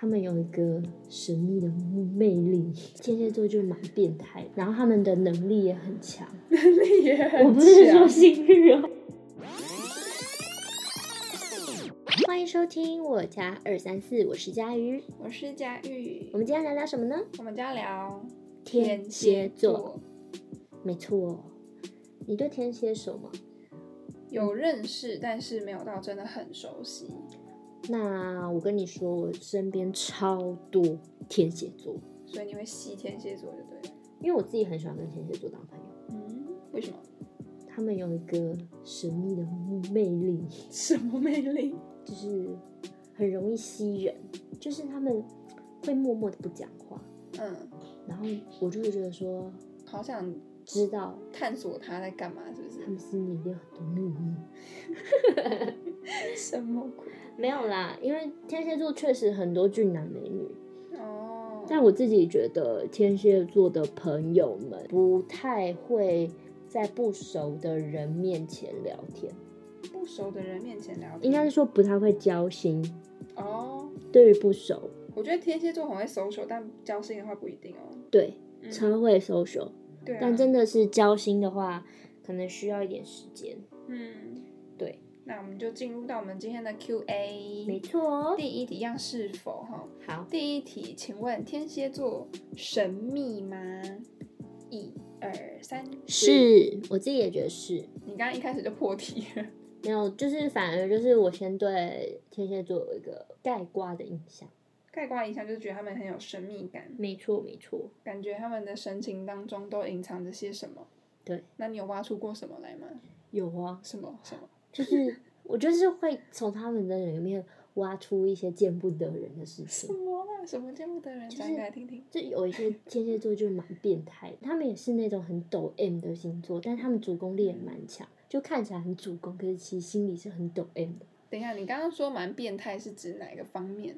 他们有一个神秘的魅力，天蝎座就蛮变态，然后他们的能力也很强。能力也很强。我不是说性欲哦。欢迎收听我家二三四，我是佳瑜。我是佳玉我，们今天来聊什么呢？我们家聊天蝎座，，没错。你对天蝎熟吗？有认识，但是没有到真的很熟悉。那我跟你说，我身边超多天蝎座，所以你会吸天蝎座就对了。因为我自己很喜欢跟天蝎座当朋友。嗯，为什么？他们有一个神秘的魅力，什么魅力？就是很容易吸人，就是他们会默默的不讲话，嗯，然后我就会觉得说，好想知道探索他在干嘛，是不他们心里一定有很多秘密。是？什么鬼？没有啦，因为天蝎座确实很多俊男美女，哦，但我自己觉得天蝎座的朋友们不太会在不熟的人面前聊天，不熟的人面前聊天，应该是说不太会交心。哦。对于不熟，我觉得天蝎座很会 social，但交心的话不一定哦。对嗯超会 social，、对啊，但真的是交心的话，可能需要一点时间。嗯，对，那我们就进入到我们今天的 Q&A。没错。哦第一题一样是否哈？好，第一题，请问天蝎座神秘吗？一二三，四。是我自己也觉得是，你刚刚一开始就破题了。 没有，就是反而就是我先对天蝎座有一个盖瓜的印象。盖瓜印象就是觉得他们很有神秘感，没错，没错。感觉他们的神情当中都隐藏着些什么。对，那你有挖出过什么来吗？有啊，什么什么？就是我就是会从他们的里面挖出一些见不得人的事什情。么啦？什么见不得人？啊就是讲给来听听。就有一些天蝎座就蛮变态的，他们也是那种很抖 M 的星座，但他们主攻力也蛮强，就看起来很主攻，可是其实心里是很抖 M 的。等一下，你刚刚说蛮变态是指哪一个方面？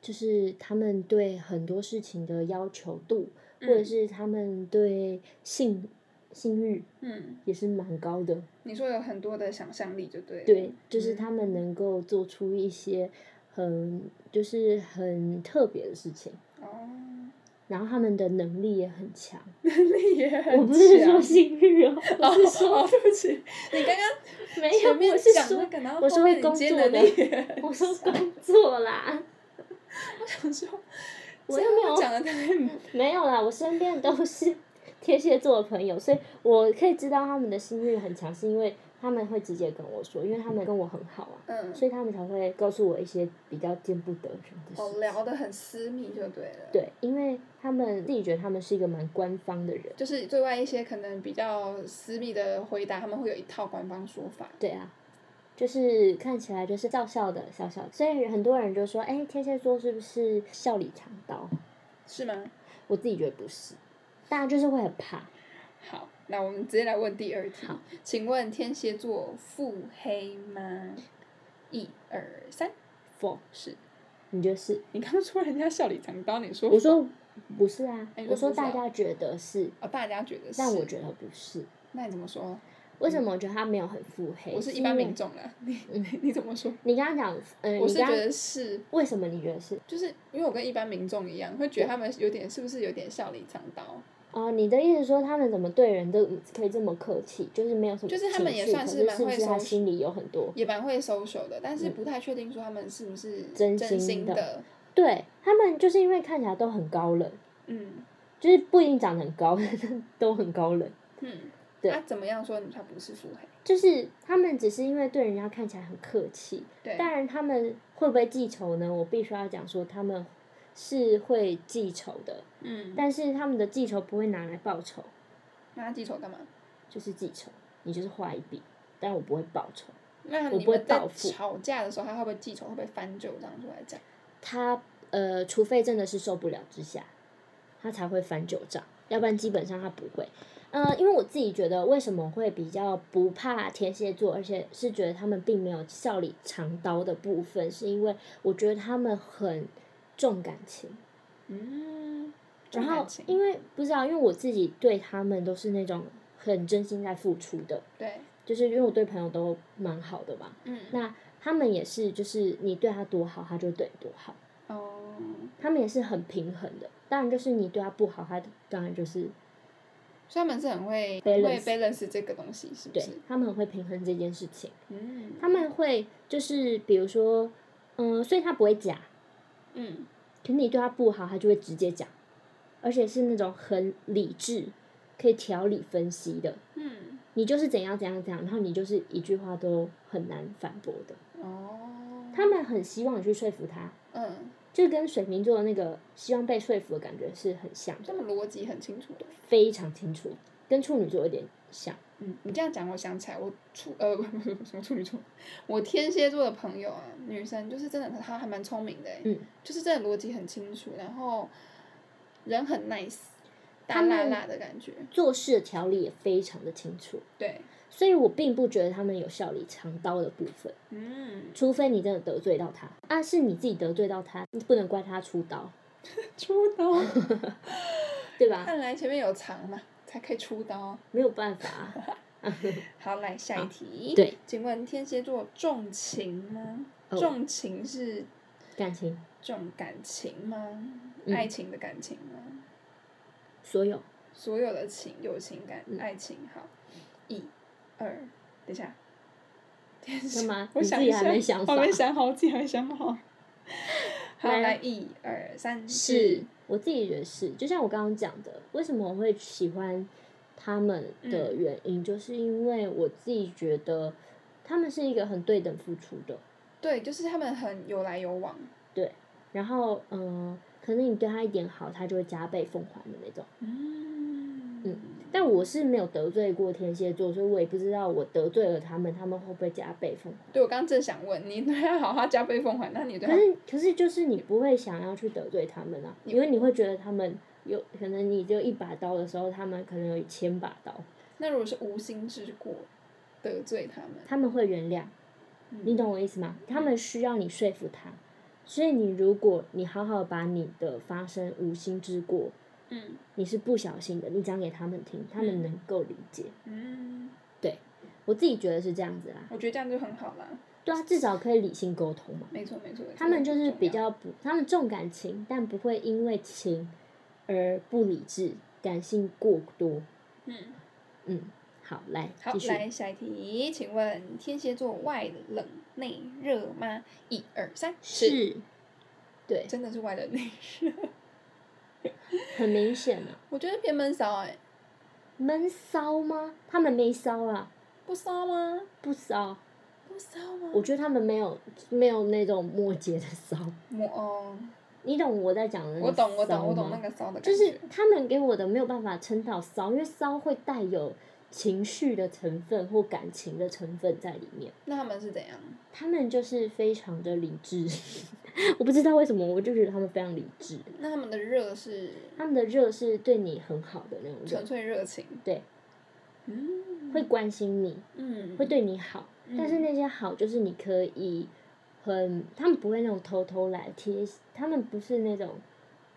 就是他们对很多事情的要求度，或嗯者是他们对性性欲嗯，也是蛮高的。你说有很多的想象力就对了。对，就是嗯他们能够做出一些很就是很特别的事情，哦， 然后他们的能力也很强。能力也很强。我不是说性欲哦，老我是说 哦，对不起，你刚刚没前有，面哎我是讲那说个，然后我是后会面你工接作能的力也 我说工作 啦，想 说，我这又样没有嗯会讲的太没有啦，我身边都是 天蝎座的朋友，所以我可以知道他们的性欲很强，是因为他们会直接跟我说，因为他们跟我很好啊，嗯，所以他们才会告诉我一些比较见不得人的哦，事。聊的很私密就对了，，对，因为他们自己觉得他们是一个蛮官方的人，就是对外一些可能比较私密的回答，他们会有一套官方说法，对啊。就是看起来就是笑笑的，笑笑的。所以很多人就说：“哎、天蝎座是不是笑里藏刀是吗？？”我自己觉得不是，大家就是会很怕。好，那我们直接来问第二题好，请问天蝎座腹黑吗？一二三，否，是你觉得是？你刚刚说人家笑里藏刀，你说我说不是啊，哎我说不是大啊家觉得是，哦，大家觉得是，但我觉得不是。那你怎么说？为什么我觉得他没有很腹黑？嗯我是一般因为民众 啦，你 你怎么说？你刚刚讲，嗯，我你是刚觉刚得是为什么你觉得是？就是因为我跟一般民众一样，会觉得他们有点是不是有点笑里藏刀，哦、你的意思说他们怎么对人都可以这么客气，就是没有什么就是他们也情绪算可是是蛮是不会是他收拾心里有很多？也蛮会 social 的，但是不太确定说他们是不是嗯真心真心的的。对他们就是因为看起来都很高冷，嗯就是不一定长得很高， 都很高冷。嗯，对那、怎么样说他不是腹黑？就是他们只是因为对人家看起来很客气，对，当然，他们会不会记仇呢？我必须要讲说，他们是会记仇的，嗯，但是他们的记仇不会拿来报仇，那他记仇干嘛？就是记仇，你就是画一笔，但我不会报仇。那我你不会们在报复吵架的时候，他会不会记仇？会不会翻旧账出来讲？他呃，除非真的是受不了之下，他才会翻旧账，要不然基本上他不会。呃，因为我自己觉得，为什么会比较不怕天蝎座，而且是觉得他们并没有笑里藏刀的部分，是因为我觉得他们很重感情。嗯，然重后感情因为不知道，因为我自己对他们都是那种很真心在付出的，对，就是因为我对朋友都蛮好的嘛。嗯，那他们也是，就是你对他多好，他就对你多好。哦，他们也是很平衡的。当然，就是你对他不好，他当然就是所以他们是很会 Balance 会 balance 这个东西，是不对是？他们很会平衡这件事情。嗯他们会就是比如说，嗯，所以他不会假，嗯，可你对他不好，他就会直接讲，而且是那种很理智，可以条理分析的。嗯，你就是怎样怎样怎样，然后你就是一句话都很难反驳的。哦，他们很希望你去说服他，嗯，就跟水瓶座的那个希望被说服的感觉是很像他的，们逻辑很清楚的。非常清楚，跟处女座有点像。嗯，你这样讲，我想起来，我处呃 不不不什么处女座，我天蝎座的朋友啊，女生就是真的，她还蛮聪明的欸、嗯就是真的逻辑很清楚，然后人很 nice，大他辣们辣的感觉，做事的条理也非常的清楚，对，所以我并不觉得他们有笑里藏刀的部分，嗯，除非你真的得罪到他，啊，是你自己得罪到他，你不能怪他出刀，出刀， 对吧？看来前面有藏嘛，才可以出刀。没有办法啊、好，来下一题，对，请问天蝎座重情吗？哦重情是感情重感情吗？嗯爱情的感情吗？所有所有的情，友情感、嗯爱情，好，一、二，等一下，天干蝎， 嘛我你想自一己还下没想我法没想好，我自己还没想 好。好，来啊来一二三是我自己觉得是，就像我刚刚讲的，为什么我会喜欢他们的原因，就是因为我自己觉得他们是一个很对等付出的，对，就是他们很有来有往，然后嗯、呃可能你对他一点好，他就会加倍奉还的那种。嗯嗯但我是没有得罪过天蝎座，所以我也不知道我得罪了他们，他们会不会加倍奉还。对我刚刚正想问你对他好，他加倍奉还，那你对啊可他是可是就是你不会想要去得罪他们啊，因为你会觉得他们有可能你就一把刀的时候，他们可能有千把刀，那如果是无心之过，得罪他们，他们会原谅。你嗯懂我意思吗？他们需要你说服他，所以你如果你好好把你的发生无心之过，嗯你是不小心的，你讲给他们听，他们嗯能够理解。嗯，我自己觉得是这样子啦，我觉得这样就很好啦，对啊，至少可以理性沟通嘛。没错没错，没错他们就是比，这个很重要较不，他们重感情，但不会因为情而不理智，感性过多。嗯，嗯，好，来好继，续。来下一题，请问天蝎座外冷内热吗？一二三，，是，对，真的是外冷内热，很明显啊，我觉得偏闷骚哎、闷骚吗？他们没骚啊，不骚吗？不骚。不骚吗？我觉得他们没有没有那种末节的骚，我哦，你懂我在讲的那个我懂我懂骚我懂吗那个骚的感觉，就是他们给我的没有办法称到骚，因为骚会带有情绪的成分或感情的成分在里面。那他们是怎样？他们就是非常的理智， 我不知道为什么，我就觉得他们非常理智。那他们的热是他们的热是对你很好的那种纯热，粹热情，对，嗯，会关心你，嗯会对你好。但是那些好就是你可以很，他们不会那种偷偷来贴，他们不是那种，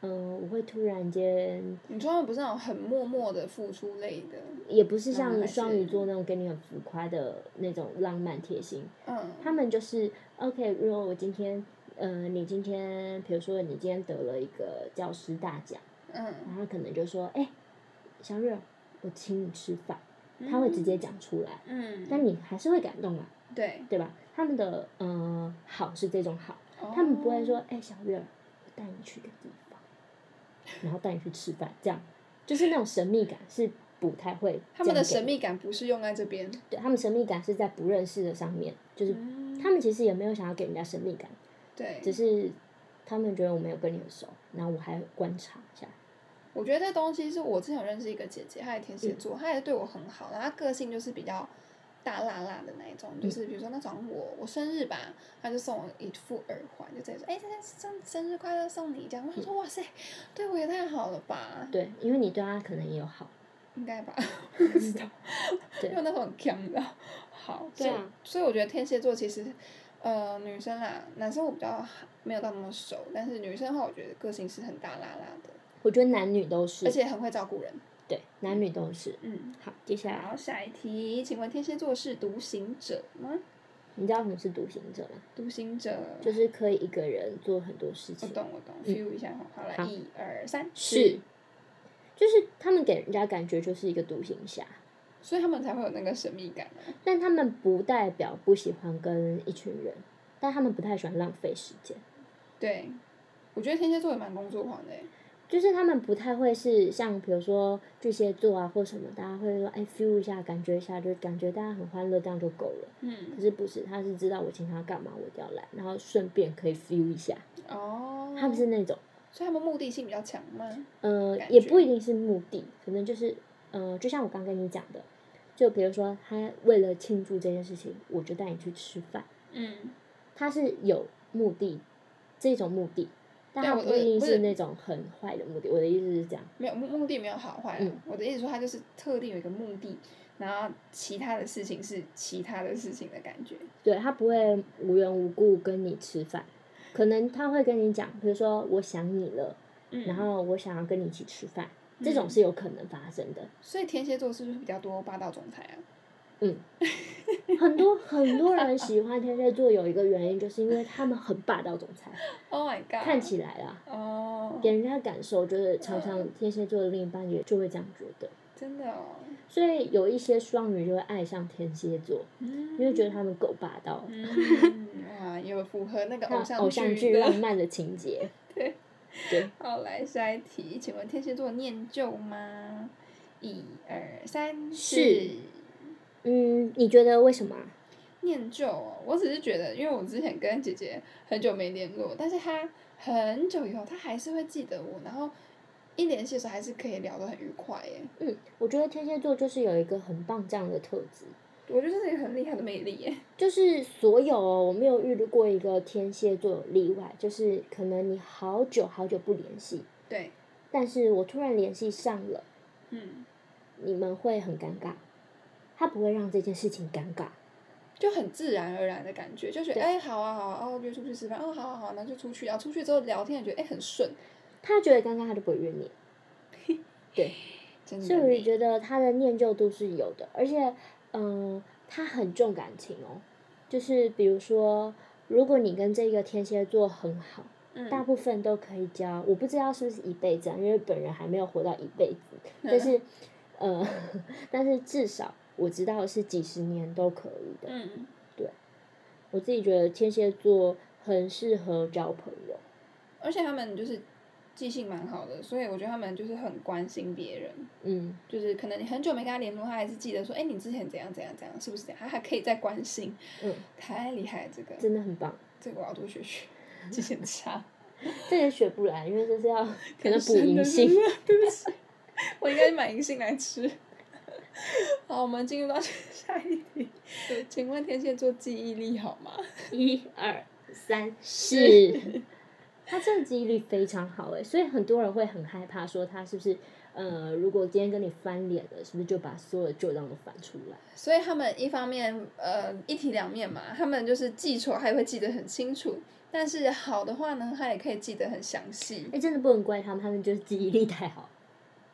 嗯、我会突然间，你说他们不是那种很默默的付出类的，也不是那还像是双鱼座那种给你很浮夸的那种浪漫贴心，嗯，他们就是 OK，如果我今天。呃，你今天，比如说你今天得了一个教师大奖，然嗯，后他可能就说，哎、小月，我请你吃饭，他会直接讲出来，嗯，但你还是会感动啊，对，对吧？他们的嗯、呃好是这种好，哦他们不会说，哎、小月儿，我带你去个地方，然后带你去吃饭，这样就是那种神秘感是不太会。他们的神，秘感不是用在这边，对他们神秘感是在不认识的上面，就是、嗯他们其实也没有想要给人家神秘感，对，只是他们觉得我没有跟你很熟，然后我还观察一下。我觉得这东西是我之前有认识一个姐姐，她也天蝎座，她也对我很好，然后她个性就是比较大辣辣的那一种，嗯就是比如说那种我我生日吧，她就送我一副耳环，就直接说，哎、这这生生日快乐送你这样，我说哇塞，对我也太好了吧，嗯对，因为你对他可能也有 好，应该吧，我不知道，对因为那时候很强的。好，对啊所以，所以我觉得天蝎座其实，呃，女生啦，男生我比较没有到那么熟，但是女生的话，我觉得个性是很大啦啦的，我觉得男女都是，而且很会照顾人。对男女都是。嗯，好，接下来好，下一题，请问天蝎座是独行者吗？你知道什么是独行者吗？独行者，就是可以一个人做很多事我情。懂我懂，feel 一下哈，好嗯好了，一二三，是，就是他们给人家感觉就是一个独行侠，所以他们才会有那个神秘感啊。但他们不代表不喜欢跟一群人，但他们不太喜欢浪费时间，对，我觉得天蝎座也蛮工作狂的欸，就是他们不太会是像比如说巨蟹座啊或什么，大家会说哎 feel 一下，感觉一下，就感觉大家很欢乐，这样就够了。嗯，可是不是，他是知道我请他干嘛，我一定要来，然后顺便可以 feel 一下，哦，他们是那种。所以他们目的性比较强吗？呃，感也觉不一定是目的，可能就是呃，就像我刚跟你讲的，就比如说他为了庆祝这件事情，我就带你去吃饭，嗯，他是有目的，这种目的，但对他我不一定我是也那种很坏的目的。我的意思是这样，没有目目的没有好坏啊、嗯我的意思说他就是特定有一个目的，然后其他的事情是其他的事情的感觉。对他不会无缘无故跟你吃饭，可能他会跟你讲，比如说我想你了，嗯，然后我想要跟你一起吃饭，这种是有可能发生的。所以天蝎座是不是比较多霸道总裁啊？嗯，很多很多人喜欢天蝎座有一个原因，就是因为他们很霸道总裁， Oh my god！看起来啦，哦，给人家感受就是常常天蝎座的另一半也就会这样觉得，真的哦，所以有一些双鱼就会爱上天蝎座，嗯因为觉得他们够霸道，嗯，哇，有符合那个那偶像偶像剧剧的浪漫的情节。对对，好，来下一题，请问天蝎座念旧吗？一二三，是四嗯，你觉得为什么啊？念旧哦。我只是觉得，因为我之前跟姐姐很久没联络，但是她很久以后，她还是会记得我，然后一联系的时候还是可以聊得很愉快耶。嗯，我觉得天蝎座就是有一个很棒这样的特质，我觉得这是一个很厉害的魅力耶。就是所有哦我没有遇过一个天蝎座例外，就是可能你好久好久不联系，对，但是我突然联系上了，嗯，你们会很尴尬，他不会让这件事情尴尬，就很自然而然的感觉，就觉得对哎、好啊好啊，哦约出去吃饭，哦好好好，那就出去，然后出去之后聊天，觉得哎、很顺，他觉得尴尬他就不会约 你，对，真的所以我就耶。觉得他的念旧度是有的，而且嗯，他很重感情哦，就是比如说，如果你跟这个天蝎座很好，大嗯，部分都可以交，我不知道是不是一辈子、啊，因为本人还没有活到一辈子，嗯但是，呃， 但是至少我知道是几十年都可以的。嗯，我自己觉得天蝎座很适合交朋友，而且他们就是记性蛮好的，所以我觉得他们就是很关心别人，嗯，就是可能你很久没跟他联络，他还是记得说，哎、你之前怎样怎样怎样，是不是这样？他还可以再关心，嗯，太厉害了，这个真的很棒。这个我要多学学，记性很差，这也学不来，因为这是 要 可能补真银的杏是， 对不起，我应该买银杏来吃。好，我们进入到 下一题，请问天蝎座记忆力好吗？ 一二三 是。他这个记忆力非常好诶，所以很多人会很害怕，说他是不是呃，如果今天跟你翻脸了，是不是就把所有的旧账都翻出来？所以他们一方面呃一体两面嘛，他们就是记仇还会记得很清楚，但是好的话呢，他也可以记得很详细哎、。真的不能怪他们，他们就是记忆力太好。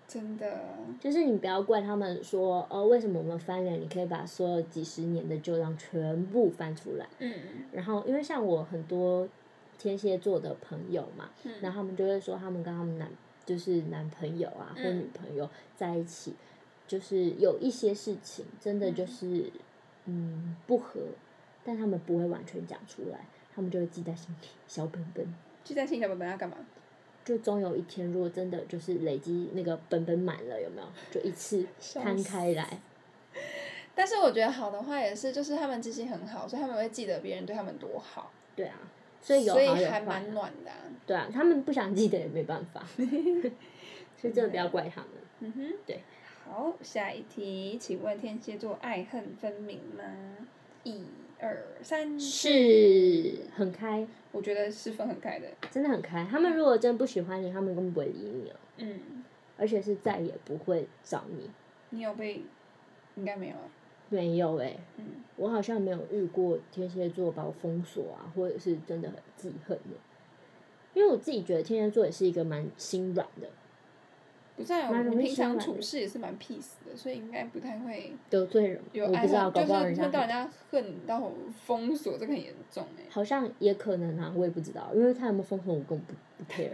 真的，就是你不要怪他们说，呃，为什么我们翻脸，你可以把所有几十年的旧账全部翻出来。嗯然后，因为像我很多天蝎座的朋友嘛，然嗯，后他们就会说，他们跟他们男就是男朋友啊或嗯女朋友在一起，就是有一些事情真的就是嗯不合，但他们不会完全讲出来，他们就会记在心里，小本本。记在心里本本要干嘛？就终有一天，如果真的就是累积那个本本满了，有没有？就一次 笑摊死开来，但是我觉得好的话也是，就是他们记性很好，所以他们会记得别人对他们多好，对啊，所以有所以好有还坏蛮啊，暖的、啊。对啊，他们不想记得也没办 法，所以真的不要怪他们。嗯哼，对。好，下一题，请问天蝎座爱恨分明吗？一二三，是很开，我觉得是分很开的。真的很开。他们如果真不喜欢你，他们根本不会理你哦，嗯，而且是再也不会找你。你有被？应该没有啊。没有诶、嗯，我好像没有遇过天蝎座把我封锁啊，或者是真的很记恨的。因为我自己觉得天蝎座也是一个蛮心软的，不是啊，我蛮们容易平常心软处的事也是蛮 peace 的，所以应该不太会得罪人，有我爱不知道，上，搞就是不好人会家很到人家恨到封锁，这个很严重哎、好像也可能啊，我也不知道，因为他有没有封锁我根本不不 care。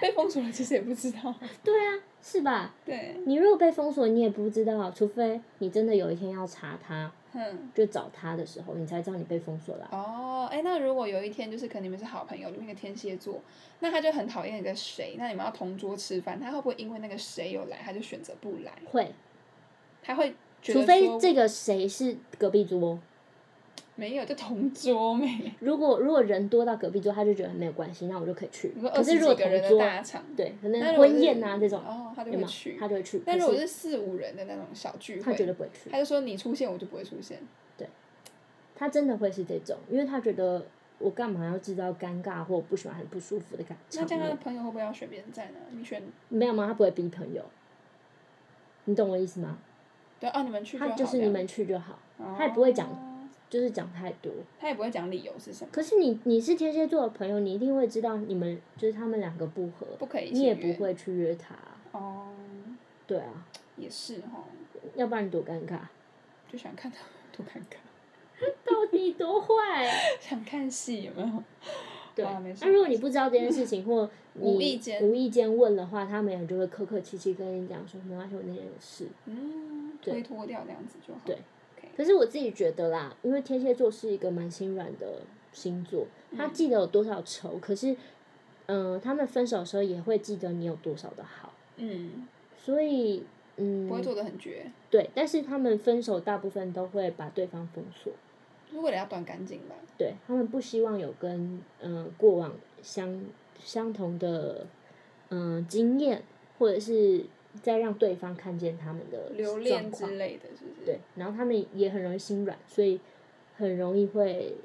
被封锁了其实也不知道，对啊，是吧？对，你如果被封锁，你也不知道，除非你真的有一天要查他，嗯。就找他的时候，你才知道你被封锁了啊、哦，哎，那如果有一天就是可能你们是好朋友，就那个天蝎座，那他就很讨厌一个谁，那你们要同桌吃饭，他会不会因为那个谁有来，他就选择不来？会，他会觉得除非说这个谁是隔壁桌。没有就同桌没，如果如果人多到隔壁桌，他就觉得没有关系，那我就可以去。你说可二是十如果几同个人的桌，大场，对，可那能如果婚宴是啊这种，哦，他就有会吗去？。他就会去。但如可是果是四五人的那种小聚他会，绝对不会去他，就说你出现我就不会出现。他真的会是这种，因为他觉得我干嘛要制造尴尬或我不喜欢很不舒服的感那场这样他的面？朋友会不会要选边站呢？你选没有吗？他不会逼朋友，你懂我意思吗？对哦，你们去他好。就是你们去就好，他也不会讲哦就是讲太多。他也不会讲理由是什么，可是你你是天蝎座的朋友，你一定会知道你们就是他们两个不合，不可以一起你也约不会去约他，哦，对啊，也是哈，要不然多尴尬， 就想看他们多尴尬，到底多坏、 啊想看戏有没有？对，好啦啊没事那如果你不知道这件事情， 或你无意间无意间问的话，他们也就会客客气气跟你讲说，没关系，我那天有事。嗯，对推脱掉这样子就好。对，OK，可是我自己觉得啦，因为天蝎座是一个蛮心软的星座，嗯他记得有多少仇，可是，嗯、他们分手的时候也会记得你有多少的好，嗯，所以，嗯不，会做的很绝，对，但是他们分手大部分都会把对方封锁，就是为了要断干净吧。对他们不希望有跟嗯、呃过往相相同的嗯、呃经验，或者是再让对方看见他们的留状恋之况。类的，是不是？对，，然后他们也很容易心软，所以很容易会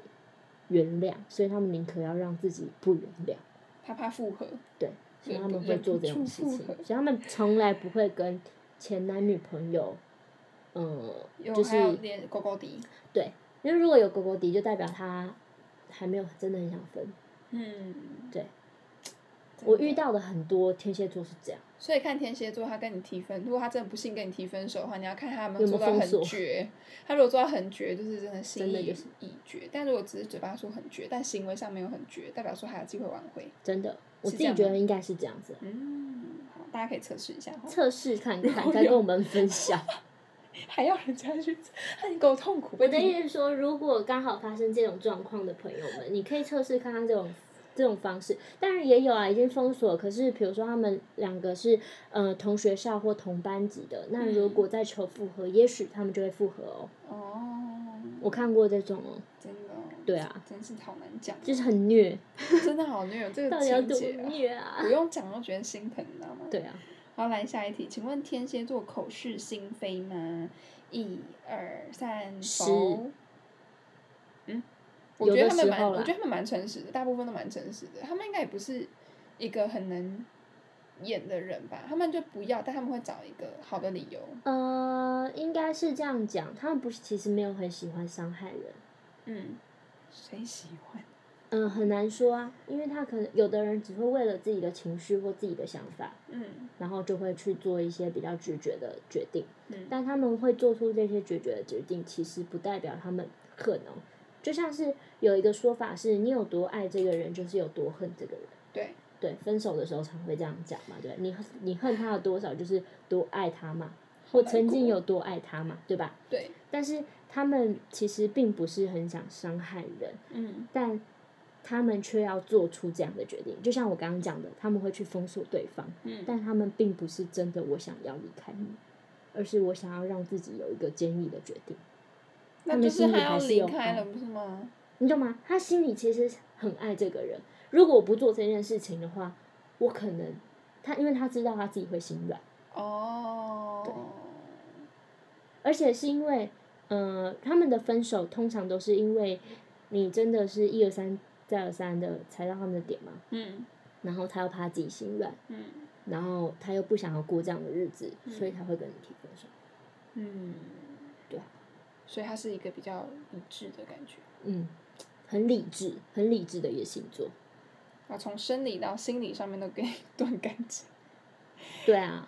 原谅，所以他们宁可要让自己不原谅，他怕复合，对，所以忍他不们会忍做不这种住事复情，合所以他们从来不会跟前男女朋友，嗯、有、就还有是练狗狗迪，对，因为如果有狗狗底，就代表他还没有真的很想分。嗯，对，真我的遇，到的很多天蝎座是这样，所以看天蝎座，他跟你提分，如果他真的不幸跟你提分手的话，你要看他有没有没有做到封很锁绝。他如果做到很绝，就是真的心真的意就是已决；但如果只是嘴巴说很绝，但行为上没有很绝，代表说还有机会挽回。真的，我自是这己样觉吗得应该是这样子，嗯，好，大家可以测试一下哦。测试看如看，果再跟 有我们分享。 还要人家去测，那你够痛苦。 我被的提意思是说，如果刚好发生这种状况的朋友们，你可以测试看看这种这种方式。当然也有啊，已经封锁。可是比如说他们两个是呃同学校或同班级的，那如果再求复合，也许他们就会复合哦。哦，我看过这种哦，真的哦、对啊，真是好难讲哦，就是很虐，真的好虐，哦这到个底要情多节啊，虐啊不？用讲都觉得心疼，你知道吗？对啊，好，来下一题，请问天蝎座口是心非吗？一二三，是否。嗯，我有觉得的他们时蛮，候我啦觉得他们蛮诚实的，大部分都蛮诚实的。他们应该也不是一个很能演的人吧？他们就不要，但他们会找一个好的理由。呃，应该是这样讲，他们不是其实没有很喜欢伤害人。嗯，谁喜欢？嗯，很难说啊，因为他可能有的人只会为了自己的情绪或自己的想法，嗯然后就会去做一些比较直觉的决定。嗯但他们会做出这些决绝的决定，其实不代表他们可能。就像是有一个说法是，你有多爱这个人，就是有多恨这个人。对，对，分手的时候常会这样讲嘛，对你你恨他有多少，就是多爱他嘛，或曾经有多爱他嘛，对吧？对，但是他们其实并不是很想伤害人，嗯但他们却要做出这样的决定。就像我刚刚讲的，他们会去封锁对方，嗯，但他们并不是真的我想要离开你，而是我想要让自己有一个坚毅的决定。他那们就是心里他要还是离有开爱了，不是吗？你懂吗？他心里其实很爱这个人。如果我不做这件事情的话，我可能他因为他知道他自己会心软，哦，而且是因为呃他们的分手通常都是因为你真的是一而三再而三的踩到他们的点嘛，嗯然后他又怕自己心软，嗯。然后他又不想要过这样的日子，所以才会跟你提分手。嗯，对啊，所以他是一个比较理智的感觉，嗯，很理智，很理智的一个星座。啊，从生理到心理上面都给断干净。对啊，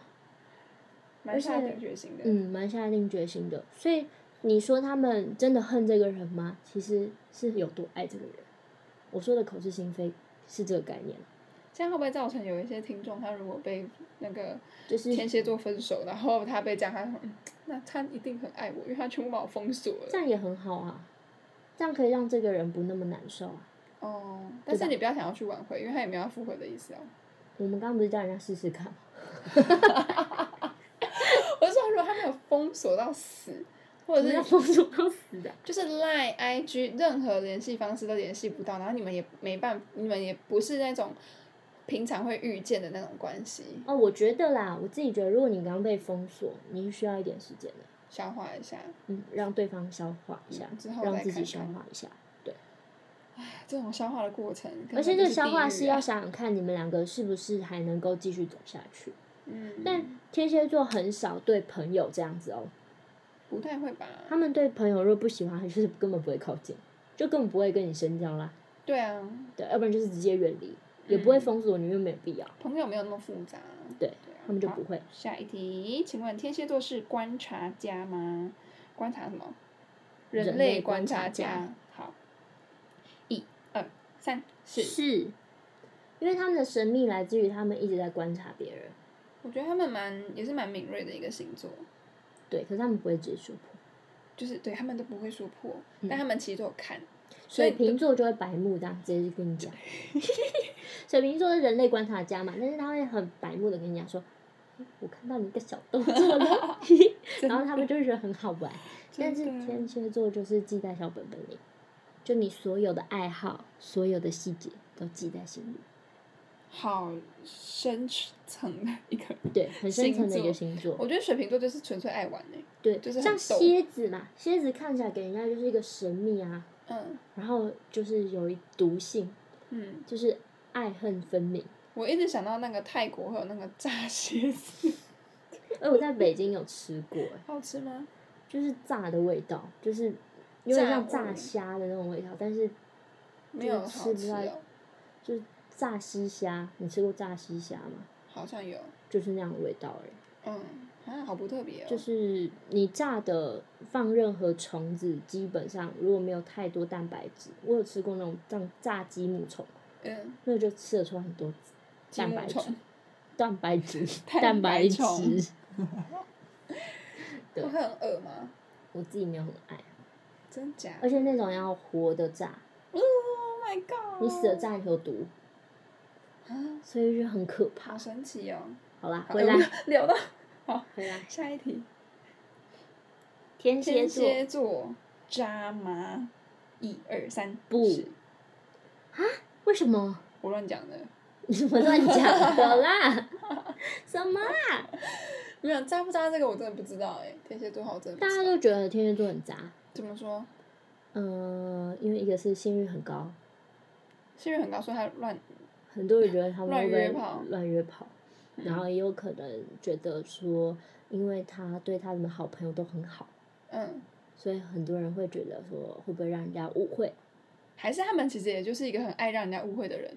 蛮下定决心的。嗯，蛮下定决心的。所以你说他们真的恨这个人吗？其实是有多爱这个人。我说的口是心非是这个概念，这样会不会造成有一些听众，他如果被那个就是天蝎座分手，然后他被讲他说，嗯那他一定很爱我，因为他全部把我封锁这了。样也很好啊，这样可以让这个人不那么难受啊。哦，但是你不要想要去挽回，因为他也没有要复合的意思哦。我们刚刚不是叫人家试试看 吗？我是说，如果他没有封锁到死，或我者们要是封锁到死的。就是 Line、IG 任何联系方式都联系不到，然后你们也没办法，你们也不是那种平常会遇见的那种关系， 哦，我觉得啦，我自己觉得，如果你刚被封锁，你是需要一点时间的，消化一下。嗯，让对方消化一下，嗯之后让再自己看消看化一下。唉这种消化的过程，而且这这个消化是要啊、想想看，你们两个是不是还能够继续走下去。嗯，但天蝎座很少对朋友这样子哦，不太会吧？他们对朋友若不喜欢，他就是根本不会靠近，就根本不会跟你深交啦。对啊，对，要不然就是直接远离，也不会封锁你，因为没有必要。朋友没有那么复杂。嗯对啊他们就好不会。下一题，请问天蝎座是观察家吗？观察什么？人人类类观观察察家家。好，一、二、三、四。是，因为他们的神秘来自于他们一直在观察别人，我觉得他们蛮也是蛮敏锐的一个星座，对，可是他们不会直接说破。就是对他们都不会说破，嗯但他们其实都有看。所以水瓶座就会白目这样直接就跟你 讲。水瓶座是人类观察家嘛，但是他会很白目的跟你讲说，诶我看到你一个小动作 了，然后他们就会觉得很好玩。但是真的天蝎座就是记在小本本里，就你所有的爱好、所有的细节都记在心里，好深层的一个，对，很深层的一个星星座。我觉得水瓶座就是纯粹爱玩哎、对，就是很像逗蝎子嘛，蝎子看起来给人家就是一个神秘啊，嗯然后就是有一毒性，嗯，就是爱恨分明。我一直想到那个泰国会有那个炸蝎子，哎，我嗯在北京有吃过、哎好吃吗？就是炸的味道，就是有点像炸炸物虾的那种味道，但是没有就是好吃吃不到哦，就是炸西虾。你吃过炸西虾吗？好像有，就是那样的味道而已。嗯啊，好不特别哦，就是你炸的放任何虫子，基本上如果没有太多蛋白质，我有吃过那种炸炸鸡母虫，嗯，那就吃得出来很多积蛋木白质虫，蛋白质、 蛋蛋白白虫质。会很恶吗？我自己没有很爱，真假而且那种要活的炸， ？Oh my god！你死了炸你有毒，啊，所以就很可怕好。神奇哦！好啦，好回哎来我们 聊到好，回来，下一题，天蝎天座蝎座渣吗？一二三，不是为什么？ 我乱讲的。你怎么乱讲的啦？ 什么啊啦？没有渣不渣这个我真的不知道哎、天蝎座好真的不大家知道。都觉得天蝎座很渣，怎么说？嗯、因为一个是性欲很高，幸运很高，所以他乱很多人觉得他们乱会约被炮乱约炮，然后也有可能觉得说，因为他对他的好朋友都很好，嗯，所以很多人会觉得说，会不会让人家误会？还是他们其实也就是一个很爱让人家误会的人，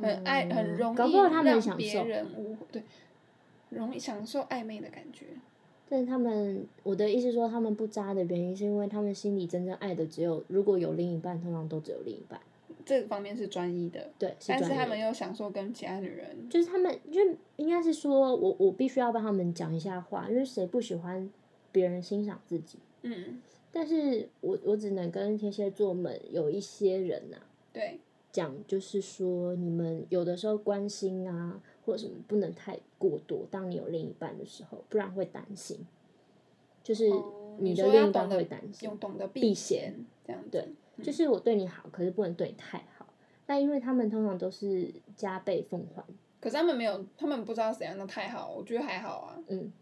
很爱嗯很容易搞不好他们让享别受人误会，对，容易享受暧昧的感觉。但他们，我的意思说，他们不渣的原因是因为他们心里真正爱的只有，如果有另一半，通常都只有另一半，这方面是专一的，对，是但是专他一们又享受跟其他女人，就是他们，就应该是说我我必须要帮他们讲一下话，因为谁不喜欢别人欣赏自己？嗯，但是我我只能跟天蝎座们有一些人呐、对，讲，就是说你们有的时候关心啊，或者什么不能太过多。当你有另一半的时候，不然会担心，就是哦你的说另要一半懂会得担心。用嗯懂得避避嫌这样子，对就是我对你好，可是不能对你太好。但因为他们通常都是加倍奉还，可是他们没有，他们不知道怎样的太好，我觉得还好啊。嗯，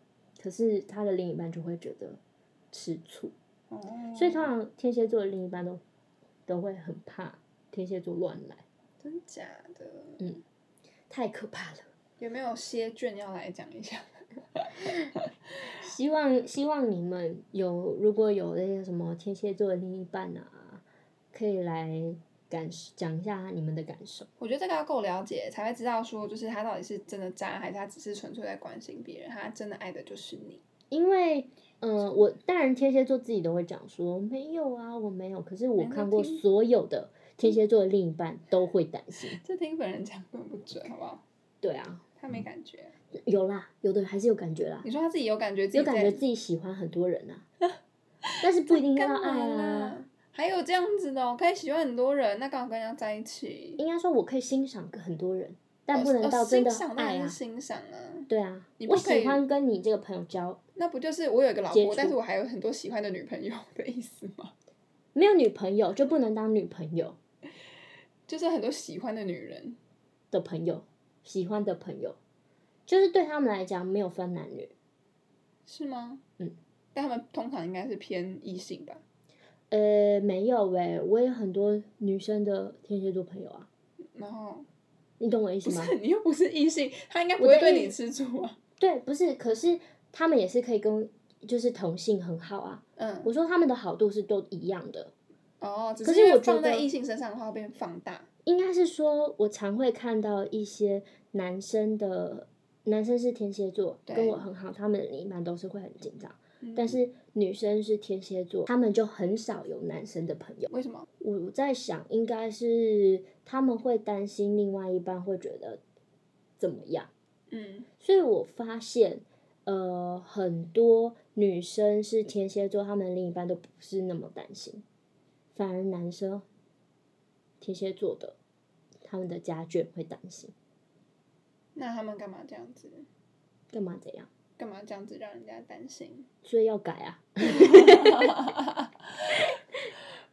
可是他的另一半就会觉得吃醋。哦，所以通常天蝎座的另一半都都会很怕天蝎座乱来，真假的，太可怕了。有没有些卷要来讲一下？ 希望希望你们有如果有那些什么天蝎座的另一半啊，可以来感讲一下你们的感受。我觉得这个要够了解，才会知道说，就是他到底是真的渣，还是他只是纯粹在关心别人，他真的爱的就是你。因为，嗯，我当然天蝎座自己都会讲说没有啊，我没有。可是我难道看过天所有的天蝎座的另一半都会担心。这听本人讲根本不准，好不好？对啊，他没感觉。有啦，有的还是有感觉啦，你说他自己有感觉，自己有感在觉自己喜欢很多人 啊，但是不一定干要嘛爱啊啦。？还有这样子的哦、可以喜欢很多人，那刚好跟人家在一起。应该说我可以欣赏很多人，但哦不能哦到真的欣赏当爱然啊是。欣赏啊，对啊你，不我可以喜欢跟你这个朋友交，那不就是我有一个老接婆，但触是我还有很多喜欢的女朋友的意思吗？ 没有女朋友就不能当女朋友就是很多喜欢的女人，的朋友，喜欢的朋友，就是对他们来讲没有分男女。是吗？嗯，但他们通常应该是偏异性吧？呃，没有喂、我有很多女生的天蝎座朋友啊，然后你懂我意思不吗？是你又不是异性，他应该不我的会对意你吃醋啊。对，不是，可是他们也是可以跟就是同性很好啊。嗯，我说他们的好度是都一样的，哦，只可是因为我觉放在得异性身上的话会变放大。应该是说我常会看到一些男生的男生是天蝎座，对跟我很好，他们一般都是会很紧张，嗯但是女生是天蝎座，他们就很少有男生的朋友。为什么？我在想，应该是他们会担心另外一半会觉得怎么样，嗯，所以我发现，呃，很多女生是天蝎座，他们另一半都不是那么担心，反而男生天蝎座的，他们的家眷会担心，那他们干嘛这样子？干嘛这样？干嘛这样子让人家担心？所以要改啊，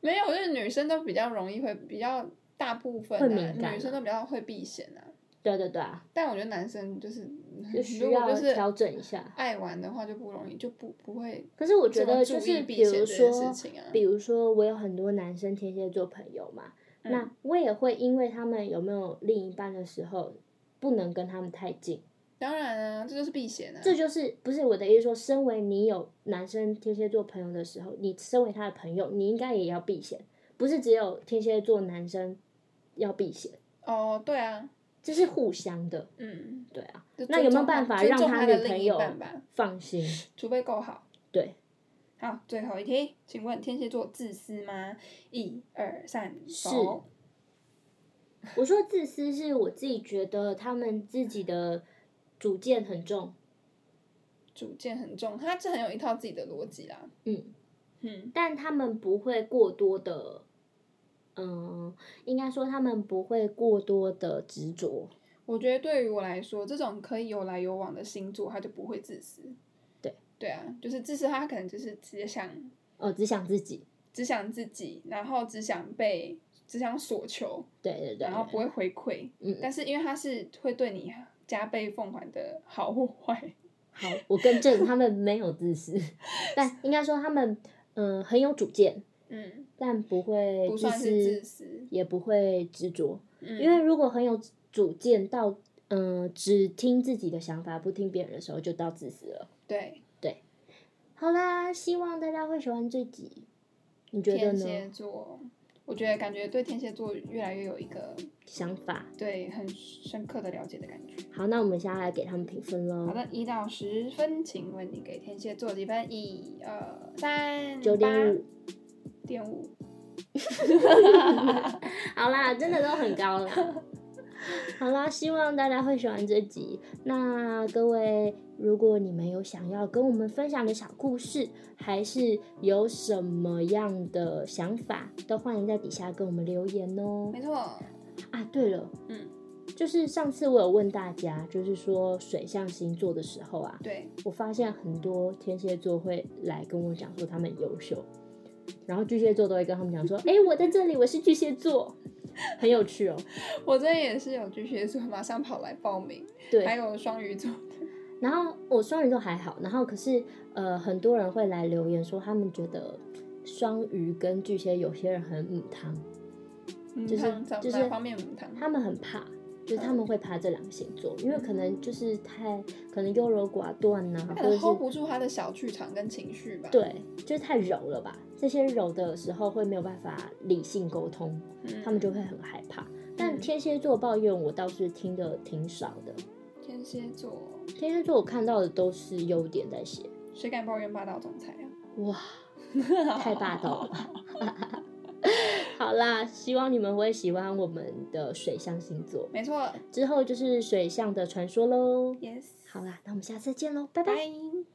没有，就是女生都比较容易会比较大部分、会敏啊、感啊女生都比较会避嫌啊。对对对啊，但我觉得男生就是，就需如果要就是调整一下。爱玩的话就不容易，就不不会可是我觉这么得注就是意避比嫌如这件说事，情啊。比如说我有很多男生天蝎座朋友嘛，嗯那我也会因为他们有没有另一半的时候，不能跟他们太近。当然啊，这就是避嫌啊。这就是不是我的意思说，身为你有男生天蝎座朋友的时候，你身为他的朋友，你应该也要避嫌，不是只有天蝎座男生要避嫌，哦，对啊，这是互相的，嗯，对啊。就那有尊没有重办他法尊让重他的女另朋一友半吧？放心？除非够好。对，好，最后一题，请问天蝎座自私吗？一二三，是否我说自私是我自己觉得他们自己的主见很重，主见很重，他这很有一套自己的逻辑啦。嗯。嗯，但他们不会过多的，嗯，应该说他们不会过多的执着。我觉得对于我来说，这种可以有来有往的星座，他就不会自私。对，对啊，就是自私，他可能就是直接想哦，只想自己，只想自己，然后只想被只想所求，对对对，然后不会回馈。嗯但是因为他是会对你加倍奉还的好或坏，好，我更正，他们没有自 私，但应该说他们，嗯，很有主见，嗯，但不会不自算是私，自私，也不会执着。嗯，因为如果很有主见到，嗯，只听自己的想法，不听别人的时候，就到自私了。对好啦，希望大家会喜欢这集，你觉得天蝎呢？座，我觉得感觉对天蝎座越来越有一个想法。对很深刻的了解的感觉。好，那我们现在来给他们评分喽好。的，一到十分，请问你给天蝎座几分？一、二、三，九点五，八点五。好啦，真的都很高啦。好啦，希望大家会喜欢这集。那各位，如果你们有想要跟我们分享的小故事，还是有什么样的想法，都欢迎在底下跟我们留言哦、没错，啊，对了，嗯，就是上次我有问大家，就是说水象星座的时候啊，对，我发现很多天蝎座会来跟我讲说他们优秀，然后巨蟹座都会跟他们讲说：“哎、我在这里，我是巨蟹座。” 很有趣哦。我这也是有巨蟹座，马上跑来报名，对，还有双鱼座，然后我双鱼座还好，然后可是呃，很多人会来留言说他们觉得双鱼跟巨蟹有些人很母汤，嗯就是汤就是哪方面母汤？他们很怕，就是他们会爬这两个星座，因为可能就是太可能优柔寡断呐、他可或者能是 hold 不住他的小剧场跟情绪吧。，对，就是太柔了吧？这些柔的时候会没有办法理性沟通，嗯他们就会很害怕。但嗯天蝎座抱怨我倒是听的挺少的，天蝎座，天蝎座我看到的都是优点在写，谁敢抱怨霸道总裁啊？哇，太霸道了吧！好啦，希望你们会喜欢我们的水象星座，没错之后就是水象的传说喽。 ，yes，好啦，那我们下次见喽，拜拜拜。